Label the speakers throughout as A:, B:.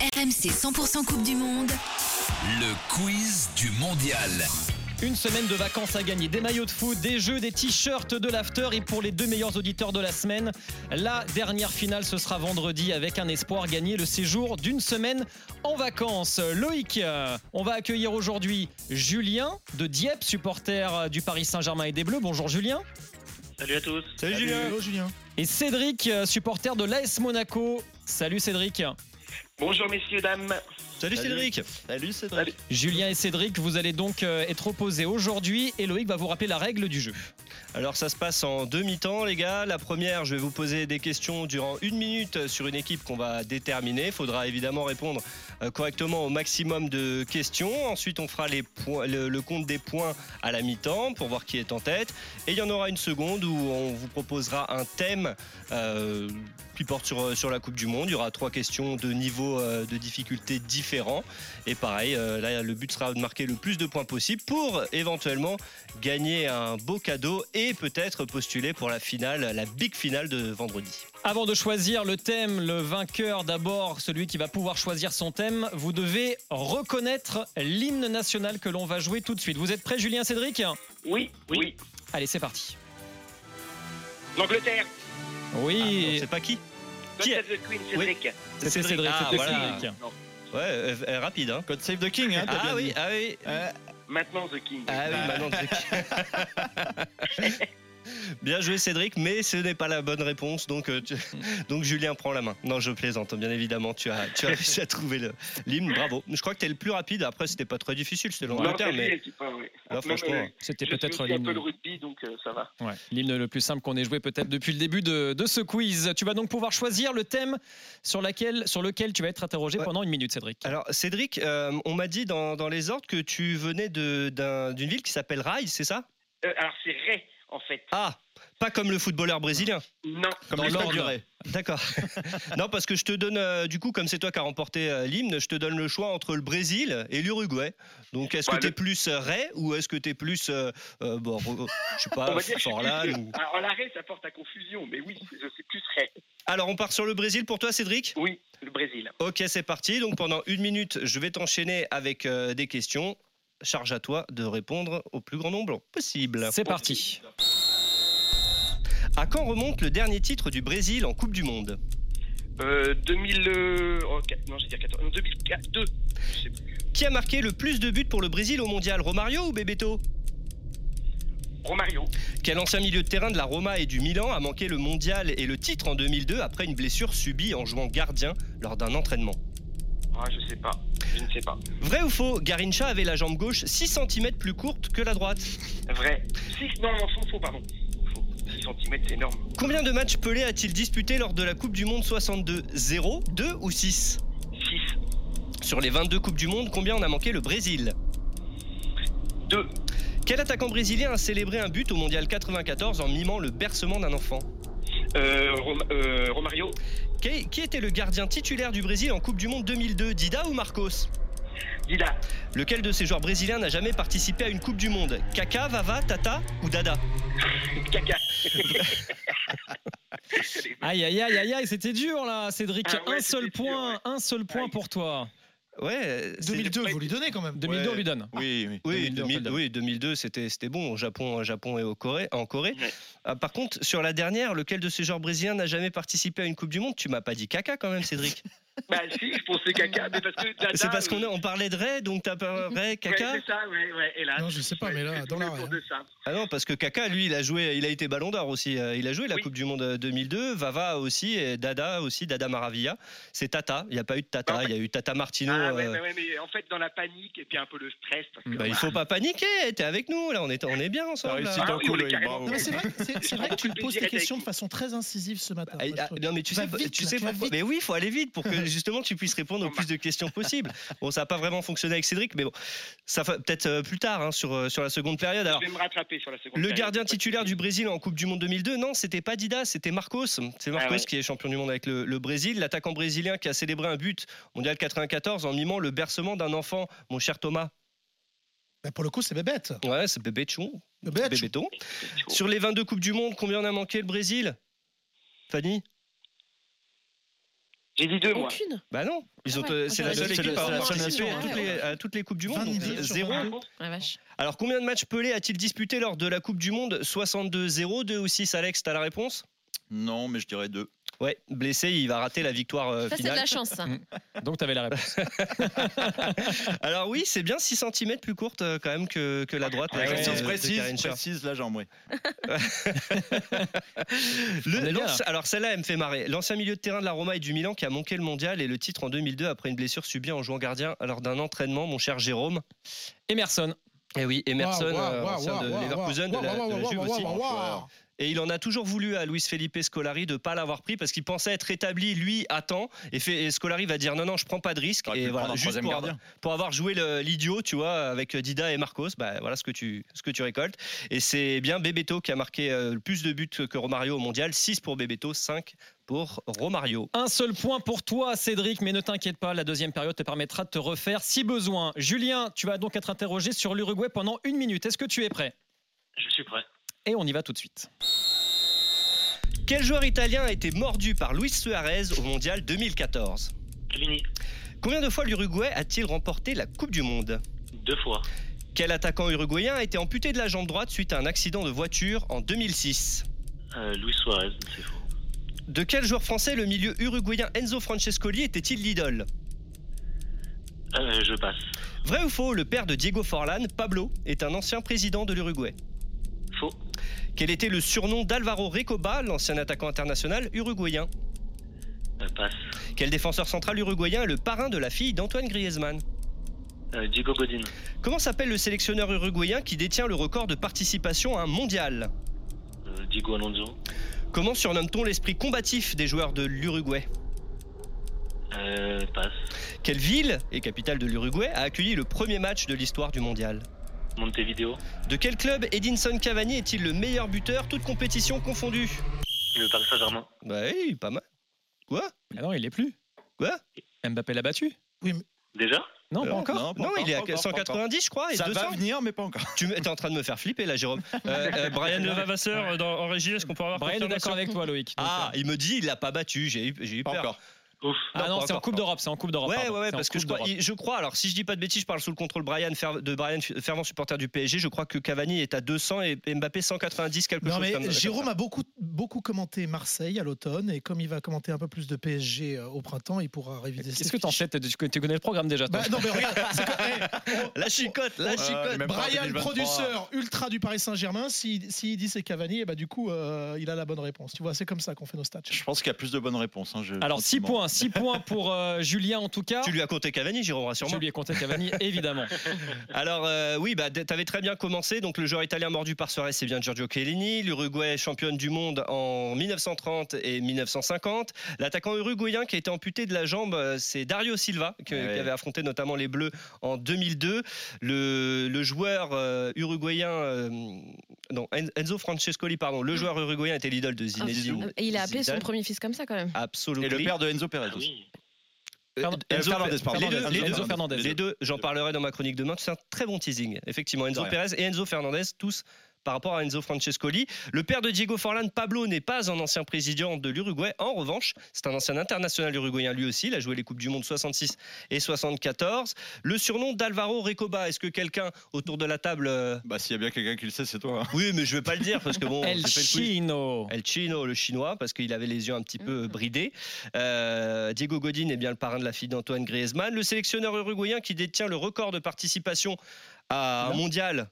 A: RMC 100% Coupe du Monde.
B: Le quiz du mondial.
C: Une semaine de vacances à gagner, des maillots de foot, des jeux, des t-shirts, de l'after et pour les deux meilleurs auditeurs de la semaine, la dernière finale ce sera vendredi avec un espoir gagner le séjour d'une semaine en vacances. Loïc, euh, on va accueillir aujourd'hui Julien de Dieppe, supporter euh, du Paris Saint-Germain et des Bleus. Bonjour Julien.
D: Salut à tous.
E: Salut Julien.
C: Et Cédric, euh, supporter de l'AS Monaco. Salut Cédric.
D: Bonjour messieurs, dames.
E: Salut Cédric.
C: Salut Cédric. Julien et Cédric, vous allez donc euh, être opposés aujourd'hui et Loïc va vous rappeler la règle du jeu.
E: Alors ça se passe en demi temps les gars. La première, je vais vous poser des questions durant une minute sur une équipe qu'on va déterminer. Faudra évidemment répondre euh, correctement au maximum de questions. Ensuite, on fera les points- le, le compte des points à la mi-temps pour voir qui est en tête. Et il y en aura une seconde où on vous proposera un thème euh, qui porte sur, sur la Coupe du Monde. Il y aura trois questions de niveaux euh, de difficulté différents. Et pareil, euh, là, le but sera de marquer le plus de points possible pour éventuellement gagner un beau cadeau et peut-être postuler pour la finale, la big finale de vendredi.
C: Avant de choisir le thème, le vainqueur d'abord, celui qui va pouvoir choisir son thème, vous devez reconnaître l'hymne national que l'on va jouer tout de suite. Vous êtes prêts Julien, Cédric
D: Oui, oui.
C: Allez, c'est parti.
D: L'Angleterre.
E: Ah, on
C: Oui,
E: sait pas qui
C: Qui
D: God save the Queen, Cédric.
C: c'est
E: Cédric.
C: Cédric,
E: Ah,
C: c'était
E: voilà.
C: Cédric.
D: Non.
E: Ouais, euh, euh, rapide. Hein.
F: Code Save the King, hein, t'as
E: Ah
F: bien
E: oui,
F: dit.
E: ah oui.
F: Euh,
D: Maintenant The King.
E: Ah oui, bah non,
F: Bah.
E: c'est- Bien joué Cédric, mais ce n'est pas la bonne réponse, donc, euh, tu- donc Julien prend la main. Non, je plaisante, bien évidemment, tu as, tu as réussi à trouver le- l'hymne, bravo. Je crois que tu es le plus rapide, après c'était pas très difficile, c'était
D: Non,
E: l'Angleterre, mais
D: c'est pas vrai.
E: là franchement...
C: C'était
D: je suis
C: peut-être
D: aussi un peu le
C: l'hymne
D: rugby, donc euh, ça va.
C: ouais, l'hymne le plus simple qu'on ait joué peut-être depuis le début de, de ce quiz. Tu vas donc pouvoir choisir le thème sur, laquelle, sur lequel tu vas être interrogé
E: Ouais.
C: pendant une minute, Cédric.
E: Alors Cédric, euh, on m'a dit dans, dans les ordres que tu venais de- d'un- d'une ville qui s'appelle Rail, c'est ça
D: Euh, alors c'est Ray, en fait.
E: Ah pas comme le footballeur brésilien.
D: Non.
C: Dans
F: les stades
C: l'ordre.
F: du Ray.
E: D'accord. non, parce que je te donne, euh, du coup, comme c'est toi qui as remporté euh, l'hymne, je te donne le choix entre le Brésil et l'Uruguay. Donc, est-ce que
D: Ouais,
E: tu es
D: le-
E: plus euh, Ray ou est-ce que tu es plus, euh, euh, bon, re- je sais pas,
D: on va dire que je suis
E: Forlan
D: plus-
E: ou-
D: Alors la Ray, ça porte à confusion, mais oui, je suis plus Ray.
E: Alors, on part sur le Brésil pour toi, Cédric
D: Oui, le Brésil.
E: Ok, c'est parti. Donc, pendant une minute, je vais t'enchaîner avec euh, des questions. Charge à toi de répondre au plus grand nombre possible.
C: C'est parti.
E: À quand remonte le dernier titre du Brésil en Coupe du Monde
D: Euh, 2000... euh, oh, qu- non, j'ai dit 14. Non, 2002. Je sais plus.
E: Qui a marqué le plus de buts pour le Brésil au mondial Romario ou Bebeto
D: Romario.
E: Quel ancien milieu de terrain de la Roma et du Milan a manqué le mondial et le titre en 2002 après une blessure subie en jouant gardien lors d'un entraînement
D: Ah, je sais pas. Je ne sais pas.
E: Vrai ou faux, Garincha avait la jambe gauche 6 cm plus courte que la droite.
D: Vrai. Six, non, non, faux, faux, pardon. Faux. 6 cm, c'est énorme.
E: Combien de matchs Pelé a-t-il disputé lors de la Coupe du Monde 62 0, 2 ou 6
D: 6,
E: Sur les 22 Coupes du Monde, combien en a manqué le Brésil
D: 2,
E: Quel attaquant brésilien a célébré un but au mondial 94 en mimant le bercement d'un enfant
D: euh, Rom- euh, Romario,
E: Qui qui était le gardien titulaire du Brésil en Coupe du Monde 2002, Dida ou Marcos
D: Dida,
E: Lequel de ces joueurs brésiliens n'a jamais participé à une Coupe du Monde Kaka, Vava, Tata ou Dada
D: Caca.
C: Aïe aïe aïe aïe aïe, c'était dur là, Cédric.
D: Ah ouais,
C: un seul
D: c'était dur,
C: point,
D: ouais.
C: un seul point
D: Aïe.
C: pour toi.
E: Ouais. c'est-
F: 2002, vous lui donnez quand même.
C: 2002 on lui donne.
F: Oui, oui.
E: Oui,
C: 2002,
E: 2000
C: on fait le
E: oui, 2002, c'était c'était bon au Japon, au Japon et au Corée, en Corée.
D: Ouais.
E: Ah, par contre, sur la dernière, lequel de ces joueurs brésiliens n'a jamais participé à une Coupe du Monde Tu m'as pas dit Kaka quand même, Cédric.
D: Bah si, je pensais caca, mais parce que Dada...
E: C'est parce qu'on
D: euh,
E: est- on parlait de Ray, donc t'as pas Ray, Kaka
D: Ouais, c'est ça, ouais, ouais, et là...
F: Non, je sais pas, mais là, dans la hein.
D: tour
F: règle.
D: de ça.
E: Ah non, parce que Kaka, lui, il a joué, il a été Ballon d'Or aussi. euh, Il a joué la
D: Oui.
E: Coupe du Monde euh, 2002. Vava aussi, et Dada aussi, Dada Maravilla. C'est Tata. Il n'y a pas eu de Tata.
D: Non.
E: Il y a eu Tata Martino.
D: Ah ouais,
E: euh,
D: bah ouais, mais en fait, dans la panique et puis un peu le stress, parce que...
E: Bah, il faut pas paniquer, t'es avec nous, là on est, on est bien
F: T'as
E: ensemble. là.
F: réussi
D: Ah
F: ton
D: oui,
F: coup,
D: on est
F: Loïc,
D: carrément
F: bravo.
G: Non, mais c'est vrai, c'est- c'est vrai que tu
D: Beaucoup de
G: poses
D: plaisir
G: tes
D: avec
G: questions de
D: lui.
G: façon très incisive ce matin.
E: Ah,
G: moi, je
E: ah,
G: trouve.
E: non mais tu
G: Va
E: sais, pas-
G: vite,
E: tu
G: là,
E: sais
G: tu vas
E: pourquoi-
G: vite.
E: mais oui, il faut aller vite pour que justement tu puisses répondre au plus de questions possible. Bon, ça n'a pas vraiment fonctionné avec Cédric, mais bon, ça fa- peut-être euh, plus tard hein, sur euh, sur la seconde période. Alors,
D: Je vais me rattraper sur la seconde.
E: le
D: période.
E: gardien titulaire du Brésil en Coupe du Monde 2002, non, c'était pas Dida, c'était Marcos. C'est Marcos
D: Ah ouais.
E: qui est champion du monde avec le, le Brésil, l'attaquant brésilien qui a célébré un but mondial 94 en mimant le bercement d'un enfant, mon cher Thomas.
G: Bah, pour le coup, c'est bébête.
E: Ouais, c'est bébé Tchon,
G: Bébête.
E: Bébéton. Sur les 22 Coupes du Monde, combien en a manqué le Brésil Fanny
D: J'ai dit deux, moi.
H: Aucune
E: Bah non, ils ont,
H: Ah ouais,
E: euh,
H: moi,
E: c'est la
H: j'aurais
E: seule
H: dit
E: équipe à
H: deux.
E: avoir
H: C'est la seule
E: participé
H: nation,
E: à toutes,
H: ouais.
E: les, à toutes les Coupes du Monde.
F: 20
E: donc,
F: idées
E: euh,
F: sur
E: zéro.
F: vingt.
H: La vache.
E: Alors combien de matchs Pelé a-t-il disputé lors de la Coupe du Monde 62-0, 2 ou 6 Alex, t'as la réponse
I: Non, mais je dirais deux.
E: Ouais, blessé, il va rater la victoire euh,
H: Ça, c'est de
E: finale.
H: la chance, ça.
C: Donc t'avais la réponse.
E: Alors oui, c'est bien 6 cm plus courte euh, quand même que, que la droite.
I: La
E: la
I: question
E: de-
I: se
E: de Karine
I: précise,
E: Scher.
I: précise la jambe, oui.
E: Le-
C: On est bien,
E: l'anci-
C: là.
E: alors celle-là, elle me fait marrer. L'ancien milieu de terrain de la Roma et du Milan qui a manqué le mondial et le titre en 2002 après une blessure subie en jouant gardien lors d'un entraînement, mon cher Jérôme.
C: Emerson.
E: Et oui, Emerson,
G: Waouh, waouh,
E: euh,
G: waouh,
E: ancien de
G: waouh,
E: Leverkusen,
G: waouh,
E: de la,
G: waouh,
E: de la
G: waouh,
E: Juve
G: waouh,
E: aussi.
G: waouh, waouh.
E: Et il en a toujours voulu à Luis Felipe Scolari de ne pas l'avoir pris parce qu'il pensait être établi, lui, à temps. Et, fait- et Scolari va dire non, non, je prends pas de risque.
I: T'aurais pu
E: Et
I: le prendre
E: voilà,
I: en
E: juste
I: troisième
E: pour,
I: gardien.
E: avoir- pour avoir joué le- l'idiot, tu vois, avec Dida et Marcos, bah, voilà ce que tu, ce que tu récoltes. Et c'est bien Bebeto qui a marqué euh, le plus de buts que que Romario au mondial 6 pour Bebeto, 5 pour Romario.
C: Un seul point pour toi, Cédric, mais ne t'inquiète pas, la deuxième période te permettra de te refaire si besoin. Julien, tu vas donc être interrogé sur l'Uruguay pendant une minute. Est-ce que tu es prêt
D: Je suis prêt.
C: Et on y va tout de suite.
E: Quel joueur italien a été mordu par Luis Suarez au mondial 2014
D: Cavini,
E: Combien de fois l'Uruguay a-t-il remporté la Coupe du Monde
D: deux fois.
E: Quel attaquant uruguayen a été amputé de la jambe droite suite à un accident de voiture en 2006
D: Euh, Luis Suarez, c'est faux.
E: De quel joueur français le milieu uruguayen Enzo Francescoli était-il l'idole
D: Euh, je passe.
E: Vrai ou faux, le père de Diego Forlan, Pablo, est un ancien président de l'Uruguay.
D: Faux.
E: Quel était le surnom d'Alvaro Recoba, l'ancien attaquant international uruguayen
D: Euh, passe.
E: Quel défenseur central uruguayen est le parrain de la fille d'Antoine Griezmann
D: Euh, Diego Godin,
E: Comment s'appelle le sélectionneur uruguayen qui détient le record de participation à un mondial
D: euh, Diego Alonso,
E: Comment surnomme-t-on l'esprit combatif des joueurs de l'Uruguay
D: euh, passe.
E: Quelle ville et capitale de l'Uruguay a accueilli le premier match de l'histoire du mondial
D: Montevideo,
E: De quel club Edinson Cavani est-il le meilleur buteur, toutes compétitions confondues
D: le Paris Saint-Germain.
E: Bah oui, pas mal. Quoi
C: Ah non, il l'est plus.
E: Quoi
C: Mbappé l'a battu
D: Déjà
C: Non,
E: Euh,
C: pas encore.
E: Non,
I: encore,
E: il est
I: pas
E: à
I: encore, pas encore.
E: 190, je crois, et
I: Ça
E: 200.
I: va venir, mais pas encore.
E: Tu es en train de me faire flipper là, Jérôme. Euh, euh, Brian Levavasseur euh, dans- en régie, est-ce qu'on peut avoir
C: Brian est
E: confirmation
C: d'accord avec toi, Loïc. Donc,
E: Ah,
C: euh,
E: il me dit, il l'a pas battu. J'ai eu, j'ai eu
I: Pas
E: peur.
I: encore.
D: Ouf.
C: ah
E: non,
C: non,
E: pas
C: c'est en
E: encore,
C: Coupe
E: pas
C: d'Europe, c'est en Coupe d'Europe.
E: Ouais,
C: pardon.
E: ouais, ouais,
C: C'est en
E: parce que je
C: Coupe
E: crois,
C: d'Europe.
E: il- je crois, alors si je dis pas de bêtises, je parle sous le contrôle Brian, fer- de Brian, fervent supporter du PSG, je crois que Cavani est à 200 et Mbappé 190, quelque
G: Non
E: chose
G: mais
E: comme comme
G: Jérôme
E: ça.
G: a beaucoup, beaucoup commenté Marseille à l'automne et comme il va commenter un peu plus de PSG euh, au printemps, il pourra réviser.
C: Qu'est-ce
G: ses
C: que
G: fiches.
C: t'enchaînes Tu connais tu connais le programme déjà, toi
G: Bah, Non mais regarde, c'est que- hey,
E: La chicote, la
I: Euh,
E: chicote.
I: même pas en
G: Brian,
I: 2023.
G: produceur ultra du Paris Saint-Germain, s'il si, s'il dit c'est Cavani, eh ben, du coup, euh, il a la bonne réponse. Tu vois, c'est comme ça qu'on fait nos stats.
I: Je pense qu'il y a plus de bonnes réponses. hein, je-
C: Alors 6
I: sentiment.
C: points, 6 points pour euh, Julien en tout cas.
E: Bah, Tu lui as compté Cavani, Jérôme,
C: Je
E: rassure-moi.
C: lui ai compté Cavani, évidemment.
E: Alors euh, oui, bah, d- t'avais très bien commencé. Donc le joueur italien mordu par Suarez, c'est bien Giorgio Chiellini. L'Uruguay championne du monde en 1930 et 1950. L'attaquant uruguayen qui a été amputé de la jambe, euh, c'est Dario Silva, que-
I: Ouais.
E: qui avait affronté notamment les Bleus en 2002. Le, le joueur euh, uruguayen, euh, non En- Enzo Francescoli, pardon,
H: Mm.
E: le joueur uruguayen était l'idole de Zinedine.
H: Ah, Et il a appelé son
E: Zidane.
H: premier fils comme ça, quand même.
E: Absolument.
I: Et le père de Enzo Perez
D: Ah
I: aussi.
D: oui.
E: Euh,
C: Pardon,
E: Enzo
I: euh, Fernandez,
E: Fer-
I: pardon.
E: Les deux, les
I: Enzo
E: deux-
C: Fernandez.
E: les deux, j'en parlerai dans ma chronique demain. C'est un très bon teasing. Effectivement, Enzo
I: Ouais.
E: Perez et Enzo Fernandez, tous par rapport à Enzo Francescoli. Le père de Diego Forlan, Pablo, n'est pas un ancien président de l'Uruguay. En revanche, c'est un ancien international uruguayen lui aussi. Il a joué les Coupes du Monde 66 et 74. Le surnom d'Alvaro Recoba, est-ce que quelqu'un autour de la table. euh,
I: Bah, s'il y a bien quelqu'un qui le sait, c'est toi. hein.
E: Oui, mais je vais pas le dire parce que bon.
C: El
E: j'ai fait le quiz.
C: Chino.
E: El Chino, le chinois, parce qu'il avait les yeux un petit peu
G: Mm.
H: Mhm.
E: bridés. Euh, Diego Godin est bien le parrain de la fille d'Antoine Griezmann. Le sélectionneur uruguayen qui détient le record de participation à un
I: Là.
E: mondial.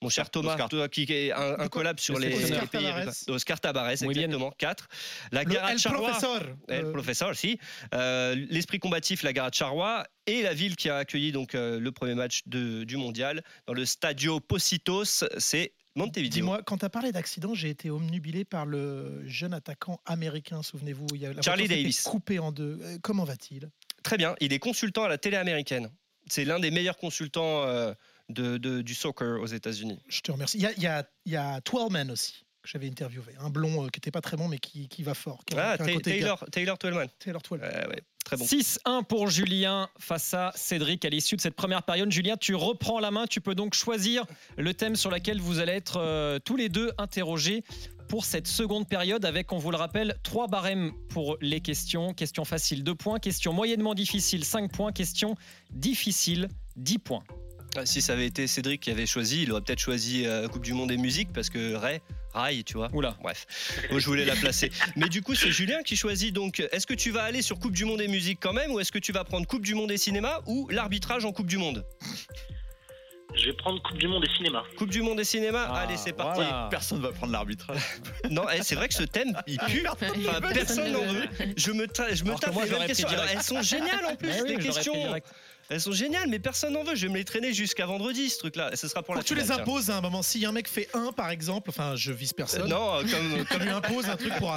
E: Mon cher Thomas,
I: Oscar.
E: toi qui est un, un collab sur
C: Le
E: les
C: sélectionneur.
E: les pays
G: Oscar
E: européens. Oscar Tabarez,
C: Muy bien.
E: exactement, 4. La
G: Le,
E: Gara
G: El
E: Charrois.
G: Professor.
E: Eh, le
G: euh,
E: professeur, si. Euh, L'esprit combatif, la Gara Charrois et la ville qui a accueilli donc euh, le premier match de- du mondial dans le Stadio Positos, c'est Montevideo.
G: Dis-moi, quand tu as parlé d'accident, j'ai été omnubilé par le jeune attaquant américain, souvenez-vous. il y a- la
E: Charlie
G: voiture s'était
E: Davis.
G: Coupé en deux. Euh, Comment va-t-il
E: Très bien. Il est consultant à la télé américaine. C'est l'un des meilleurs consultants euh, de, de- du soccer aux États-Unis.
G: Je te remercie. Il y a, il y a, il y a Twelman aussi, que j'avais interviewé. Un blond euh, qui n'était pas très bon, mais qui, qui va fort. qui a-
E: Ah,
G: qui a un
E: Ta-
G: côté gars.
E: Taylor, Euh, Taylor Twellman.
G: Taylor Twelman.
E: Ouais, ouais, Très bon.
C: 6-1 pour Julien face à Cédric à l'issue de cette première période. Julien, tu reprends la main, tu peux donc choisir le thème sur lequel vous allez être euh, tous les deux interrogés pour cette seconde période avec, on vous le rappelle, trois barèmes pour les questions. Question facile, 2 points. Question moyennement difficile, 5 points. Question difficile, 10 points.
E: Ah, Si ça avait été Cédric qui avait choisi, il aurait peut-être choisi euh, Coupe du Monde et musique parce que Ray, Rai, tu vois.
C: Oula.
E: Bref, Oh, je voulais la placer. Mais du coup, c'est Julien qui choisit. Donc, est-ce que tu vas aller sur Coupe du Monde et musique quand même, ou est-ce que tu vas prendre Coupe du Monde et cinéma ou l'arbitrage en Coupe du Monde
D: Je vais prendre Coupe du Monde et cinéma.
E: Coupe du Monde et cinéma.
C: Ah,
E: Allez, c'est parti.
C: voilà.
I: Personne va prendre l'arbitrage.
E: Non, eh, c'est vrai que ce thème, il pue. Enfin, personne n'en veut. Je me, ta- je me
C: Alors que
E: tape
C: moi,
E: les
C: j'aurais
E: mêmes
C: pris
E: questions. Alors,
C: direct.
E: elles sont géniales en plus,
C: Eh oui, je
E: les
C: l'aurais pris
E: questions.
C: direct.
E: Elles sont géniales, mais personne n'en veut. Je vais me les traîner jusqu'à vendredi, ce truc-là. Et Ce sera pour
G: Faut
E: la
G: que tu les
E: finale,
G: imposes à un moment. Si un mec fait un, par exemple, enfin, je vise
E: tiens. Euh,
G: personne.
E: Non, euh, comme, euh,
G: Tu lui imposes un truc pour.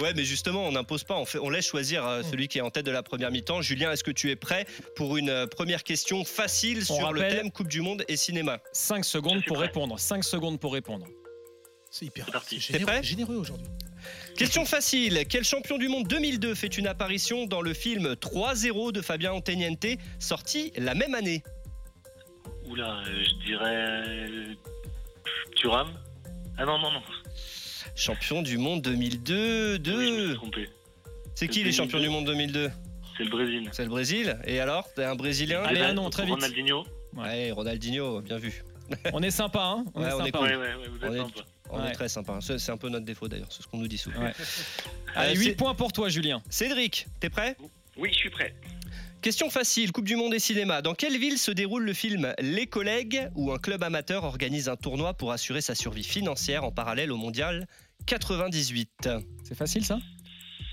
E: Ouais, mais justement, on n'impose pas, on, fait, on laisse choisir euh,
C: Mm.
E: celui qui est en tête de la première mi-temps. Julien, est-ce que tu es prêt pour une euh, première question facile
C: On
E: sur le
C: rappelle-
E: thème Coupe du Monde et cinéma
C: 5 secondes
D: Je suis
C: pour
D: prêt.
C: répondre. 5 secondes pour répondre.
G: C'est hyper.
D: C'est parti.
G: c'est
E: T'es prêt
G: généreux, généreux aujourd'hui.
E: Question facile. Quel champion du monde 2002 fait une apparition dans le film 3-0 de Fabien Anteniente, sorti la même année
D: Oula, euh, je dirais. Turam Ah non, non, non.
E: Champion du monde 2002
D: Oui, je me suis
E: deux.
D: trompé.
E: C'est qui les champions du monde 2002
D: C'est le Brésil.
E: C'est le Brésil Et alors T'es un Brésilien
C: Allez,
D: Eh ben,
C: un nom, Ah, très vite.
D: Ronaldinho.
E: Ouais, Ronaldinho, bien vu.
C: On est sympa, hein On
E: Ouais,
C: est
E: on est
C: sympa.
E: cool.
D: Ouais, ouais, ouais, vous
E: On est-
D: êtes sympa.
E: On
C: Ouais.
E: est très sympa. C'est c'est un peu notre défaut d'ailleurs, c'est ce qu'on nous dit souvent.
C: Ouais.
E: Euh,
C: Allez, 8
E: c'est-
C: points pour toi, Julien.
E: Cédric, t'es prêt
D: Oui, je suis prêt.
E: Question facile, Coupe du Monde et cinéma. Dans quelle ville se déroule le film Les collègues où un club amateur organise un tournoi pour assurer sa survie financière en parallèle au mondial 98
C: C'est facile, ça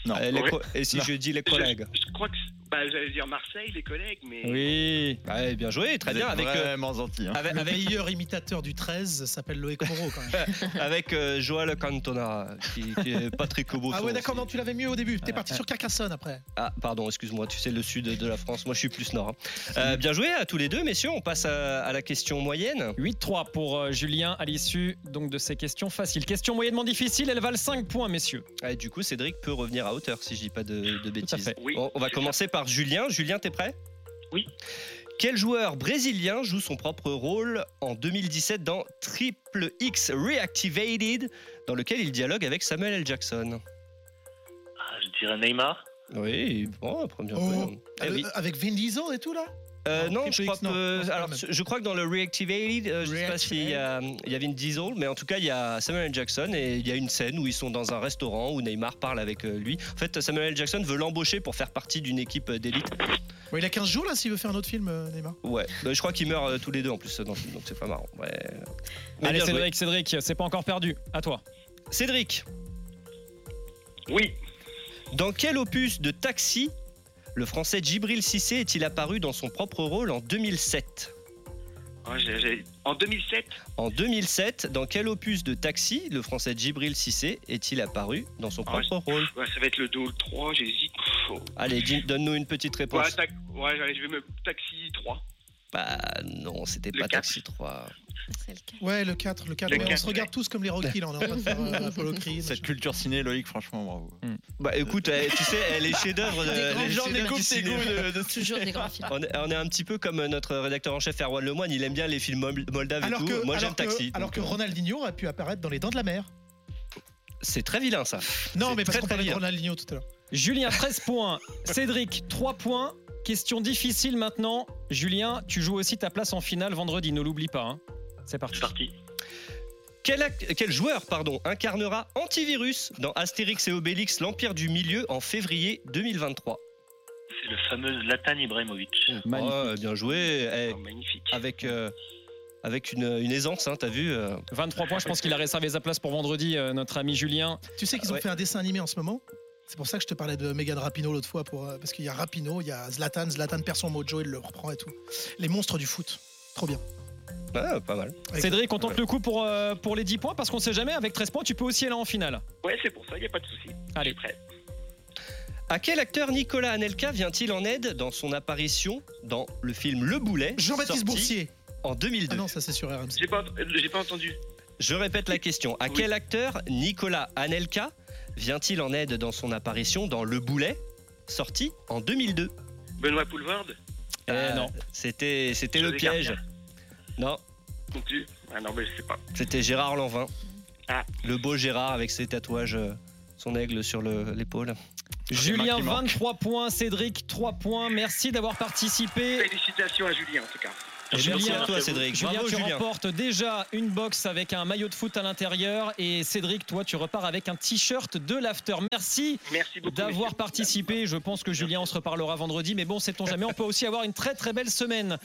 I: Non.
E: Euh, les
D: Ouais.
E: co- Et si
I: Non.
E: je dis les
D: Je,
E: collègues
D: je crois que. c'est- Bah, j'allais dire Marseille, les collègues, mais.
C: Oui.
E: Ouais, Bien joué, très
I: Vous
E: bien.
I: êtes
E: Avec, euh,
I: vraiment gentil. hein.
E: avec,
G: Le
E: avec,
G: meilleur imitateur du 13 s'appelle Loé Coro quand même.
E: avec, euh, Joël Cantona, qui, qui est pas très cobo.
G: Ah ouais, d'accord, non, tu l'avais mieux au début. T'es parti sur Carcassonne après.
E: Ah, pardon, excuse-moi, tu sais, le sud de la France, moi je suis plus nord. hein. Euh, bien joué à tous les deux, messieurs. On passe à- à la question moyenne.
C: 8-3 pour euh, Julien à l'issue donc de ces questions faciles. Question moyennement difficile, elles valent 5 points, messieurs.
E: Ah, et du coup, Cédric peut revenir à hauteur si je dis pas de, de bêtises.
C: fait.
E: On-
D: Oui,
E: on, va
D: c'est
E: commencer par Julien. Julien, t'es prêt
D: Oui.
E: Quel joueur brésilien joue son propre rôle en 2017 dans Triple X Reactivated, dans lequel il dialogue avec Samuel L. Jackson
D: Ah, je dirais Neymar.
E: Oui, bon, première
G: Oh.
E: bonne. Eh oui.
G: Euh, Avec Vin Diesel et tout là
E: Euh,
G: non,
E: non, je
G: Triple
E: crois,
G: X, non,
E: que,
G: non, c'est pas
E: alors,
G: le même.
E: je crois que dans le Reactivated, euh, je ne sais pas s'il y, a- euh, il y avait une Diesel, mais en tout cas, il y a Samuel L. Jackson et il y a une scène où ils sont dans un restaurant où Neymar parle avec euh, lui. En fait, Samuel L. Jackson veut l'embaucher pour faire partie d'une équipe euh, d'élite.
G: Ouais, Il a 15 jours là s'il veut faire un autre film, euh, Neymar.
E: Ouais, Bah, je crois qu'ils meurent euh, tous les deux en plus euh, dans le film, donc c'est pas marrant. Ouais. Mais
C: Allez,
E: bien joué.
C: Cédric, Cédric, c'est pas encore perdu. À toi.
E: Cédric,
D: Oui.
E: dans quel opus de Taxi le français Djibril Cissé est-il apparu dans son propre rôle en 2007
D: Ah, j'ai- j'ai- En 2007,
E: En 2007, dans quel opus de Taxi le français Djibril Cissé est-il apparu dans son
D: Ah ouais.
E: propre rôle
D: ouais, ça va être le 2 ou le 3, j'hésite. Pff, oh.
E: Allez, Jim, donne-nous une petite réponse.
D: Ouais, tac- ouais, j'allais- je vais me. Taxi 3.
E: Bah non, c'était
D: Le
E: pas
D: quatre.
E: Taxi 3.
A: C'est le cas.
G: Ouais, le 4, le 4.
D: Le
G: ouais, On
D: quatre,
G: se regarde tous comme les Rocky là, on est en train de faire euh, Apollo Creed.
I: Cette culture ciné, Loïc, franchement, bravo.
E: Bah écoute, eh, tu sais, eh, les chefs-d'œuvre de
G: Des grands
E: les
G: gens, des
E: chefs-d'œuvre
G: coupes,
E: du
G: des
E: cinéma.
A: Toujours des grands films.
E: On est, on est un petit peu comme notre rédacteur en chef Erwan Lemoine, il aime bien les films mol- moldaves et
G: Alors
E: tout.
G: que,
E: Moi j'aime
G: alors, que,
E: Taxi.
G: alors
E: donc,
G: que
E: euh,
G: Ronaldinho a pu apparaître dans Les Dents de la Mer.
E: C'est très vilain ça.
G: Non,
E: C'est
G: mais parce
E: très,
G: qu'on
E: très
G: parlait de
E: bien.
G: Ronaldinho tout à l'heure.
C: Julien, 13 points. Cédric, 3 points. Question difficile maintenant. Julien, tu joues aussi ta place en finale vendredi, ne l'oublie pas. hein. C'est parti.
D: C'est parti.
E: Quel, ac- quel joueur pardon, incarnera Antivirus dans Astérix et Obélix, l'Empire du Milieu en février 2023
D: C'est le fameux Latan Ibrahimovic.
C: Magnifique.
E: Ouais, Bien joué, eh,
D: Ah, magnifique.
E: avec, euh, avec une, une aisance, hein, t'as vu euh,
C: 23 points, je pense qu'il a réservé sa place pour vendredi, euh, notre ami Julien.
G: Tu sais qu'ils ont
E: Ouais.
G: fait un dessin animé en ce moment c'est pour ça que je te parlais de Megan Rapino l'autre fois, pour, euh, parce qu'il y a Rapino, il y a Zlatan, Zlatan perd son mojo, il le reprend et tout. Les monstres du foot, trop bien.
E: ah, Pas mal.
G: Avec-
C: Cédric, on tente le coup pour, euh, pour les 10 points parce qu'on sait jamais, avec 13 points, tu peux aussi aller en finale.
E: Ah,
D: Ouais, c'est pour ça, il n'y a pas de souci. Je
C: Allez.
D: suis prêt.
E: À quel acteur Nicolas Anelka vient-il en aide dans son apparition dans le film Le Boulet
G: Jean-Baptiste
E: sorti
G: Boursier.
E: en 2002
G: Ah non, ça c'est sur RMC.
D: J'ai pas, euh, j'ai pas entendu.
E: Je répète la question. À
D: Oui.
E: quel acteur Nicolas Anelka vient-il en aide dans son apparition dans Le Boulet, sorti en 2002
D: Benoît Poulvard
C: Eh non.
E: Euh, C'était, c'était
D: José
E: le piège.
D: Garcia.
E: Non,
D: non plus. Ah non, mais je sais pas.
E: c'était Gérard Lanvin.
D: Ah.
E: Le beau Gérard avec ses tatouages, euh, son aigle sur le- l'épaule.
C: Julien,
I: qui manque.
C: 23 points. Cédric, 3 points. Merci d'avoir participé.
D: Félicitations à Julien, en tout cas.
C: Et
E: Merci
C: Julien,
E: à toi, Cédric.
C: Julien,
E: Bravo,
C: tu
E: Julien.
C: remportes déjà une box avec un maillot de foot à l'intérieur. Et Cédric, toi, tu repars avec un t-shirt de l'after. Merci
D: Merci beaucoup.
C: d'avoir
D: messieurs.
C: participé. Je pense que Julien, on se reparlera vendredi. Mais bon, sait-on jamais. On peut aussi avoir une très très belle semaine.